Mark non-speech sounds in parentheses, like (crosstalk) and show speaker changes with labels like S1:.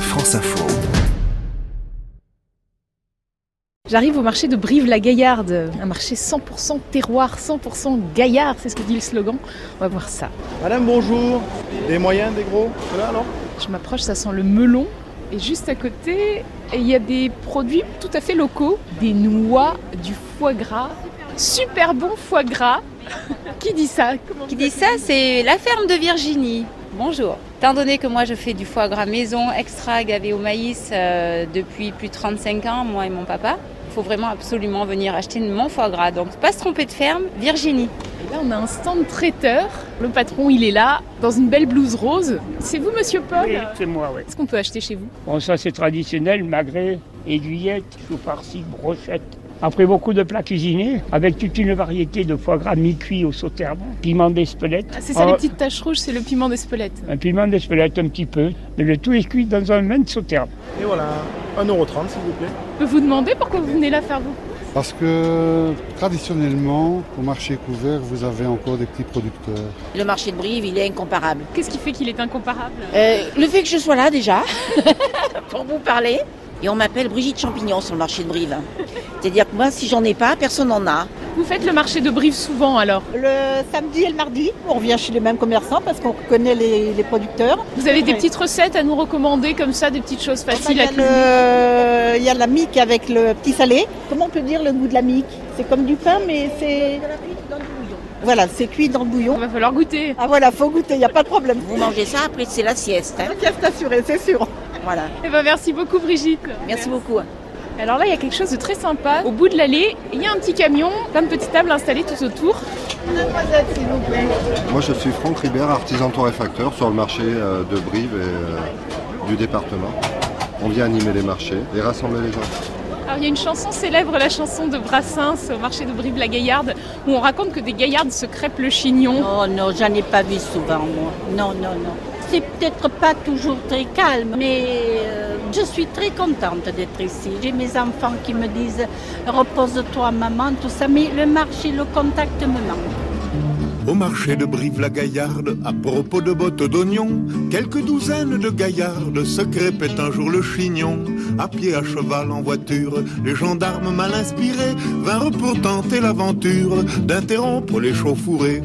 S1: Source Info.
S2: J'arrive au marché de Brive-la-Gaillarde, un marché 100% terroir, 100% gaillard, c'est ce que dit le slogan. On va voir ça.
S3: Madame, bonjour. Des moyens, des gros Cela alors
S2: Je m'approche, ça sent le melon. Et juste à côté, il y a des produits tout à fait locaux, des noix, du foie gras, super bon foie gras. (laughs) Qui dit ça Comment
S4: Qui dit ça, c'est la ferme de Virginie. Bonjour. Étant donné que moi je fais du foie gras maison extra gavé au maïs euh, depuis plus de 35 ans, moi et mon papa, il faut vraiment absolument venir acheter mon foie gras. Donc pas se tromper de ferme, Virginie.
S2: Et là, on a un stand traiteur. Le patron, il est là, dans une belle blouse rose. C'est vous, monsieur Paul
S5: Oui, c'est moi, oui.
S2: Qu'est-ce qu'on peut acheter chez vous
S5: Bon, ça c'est traditionnel, magret, aiguillette, chou farci, brochette. Après beaucoup de plats cuisinés, avec toute une variété de foie gras mi-cuit au sauterne, piment d'espelette.
S2: Ah, C'est ça, les
S5: Ah,
S2: petites taches rouges, c'est le piment d'Espelette.
S5: Un piment d'espelette un petit peu, mais le tout est cuit dans un vin de sauterne.
S3: Et voilà, 1,30€ s'il vous plaît.
S2: Je peux vous demander pourquoi vous venez là faire vous
S6: Parce que traditionnellement, au marché couvert, vous avez encore des petits producteurs.
S7: Le marché de Brive, il est incomparable.
S2: Qu'est-ce qui fait qu'il est incomparable
S7: Euh, le fait que je sois là déjà, (laughs) pour vous parler, et on m'appelle Brigitte Champignon sur le marché de Brive. C'est-à-dire que moi, si j'en ai pas, personne n'en a.
S2: Vous faites le marché de Brive souvent alors
S8: Le samedi et le mardi, on vient chez les mêmes commerçants parce qu'on connaît les, les producteurs.
S2: Vous avez des
S8: Ouais.
S2: petites recettes à nous recommander comme ça, des petites choses
S8: Enfin, Il
S2: faciles
S8: y,
S2: à
S8: a
S2: cuisiner
S8: le- il y a la mique avec le petit salé. Comment on peut dire le goût de la mique C'est comme du pain, mais c'est. Voilà, c'est cuit dans le
S2: On
S8: bouillon.
S2: va falloir goûter.
S8: Ah voilà, faut goûter, il n'y a pas de problème.
S7: Vous mangez ça, après c'est la sieste. hein.
S8: Bien assuré, c'est sûr.
S7: Voilà.
S2: Eh ben merci beaucoup Brigitte.
S7: Merci beaucoup.
S2: Alors là, il y a quelque chose de très sympa. Au bout de l'allée, il y a un petit camion, plein de petites tables installées tout autour.
S9: Moi, je suis Franck Ribert, artisan torréfacteur sur le marché euh, de Brive et euh, du département. On vient animer les marchés et rassembler les gens.
S2: Alors il y a une chanson célèbre, la chanson de Brassens au marché de Brive-la-Gaillarde, où on raconte que des gaillardes se crêpent le chignon.
S10: Oh non, j'en ai pas vu souvent, moi. Non, non, non. C'est peut-être pas toujours très calme, mais euh, je suis très contente d'être ici. J'ai mes enfants qui me disent repose-toi, maman, tout ça, mais le marché, le contact me manque.
S1: Au marché de Brive-la-Gaillarde, à propos de bottes d'oignons, quelques douzaines de gaillardes se crêpaient un jour le chignon. À pied, à cheval, en voiture, les gendarmes mal inspirés vinrent pour tenter l'aventure d'interrompre les chauffourés.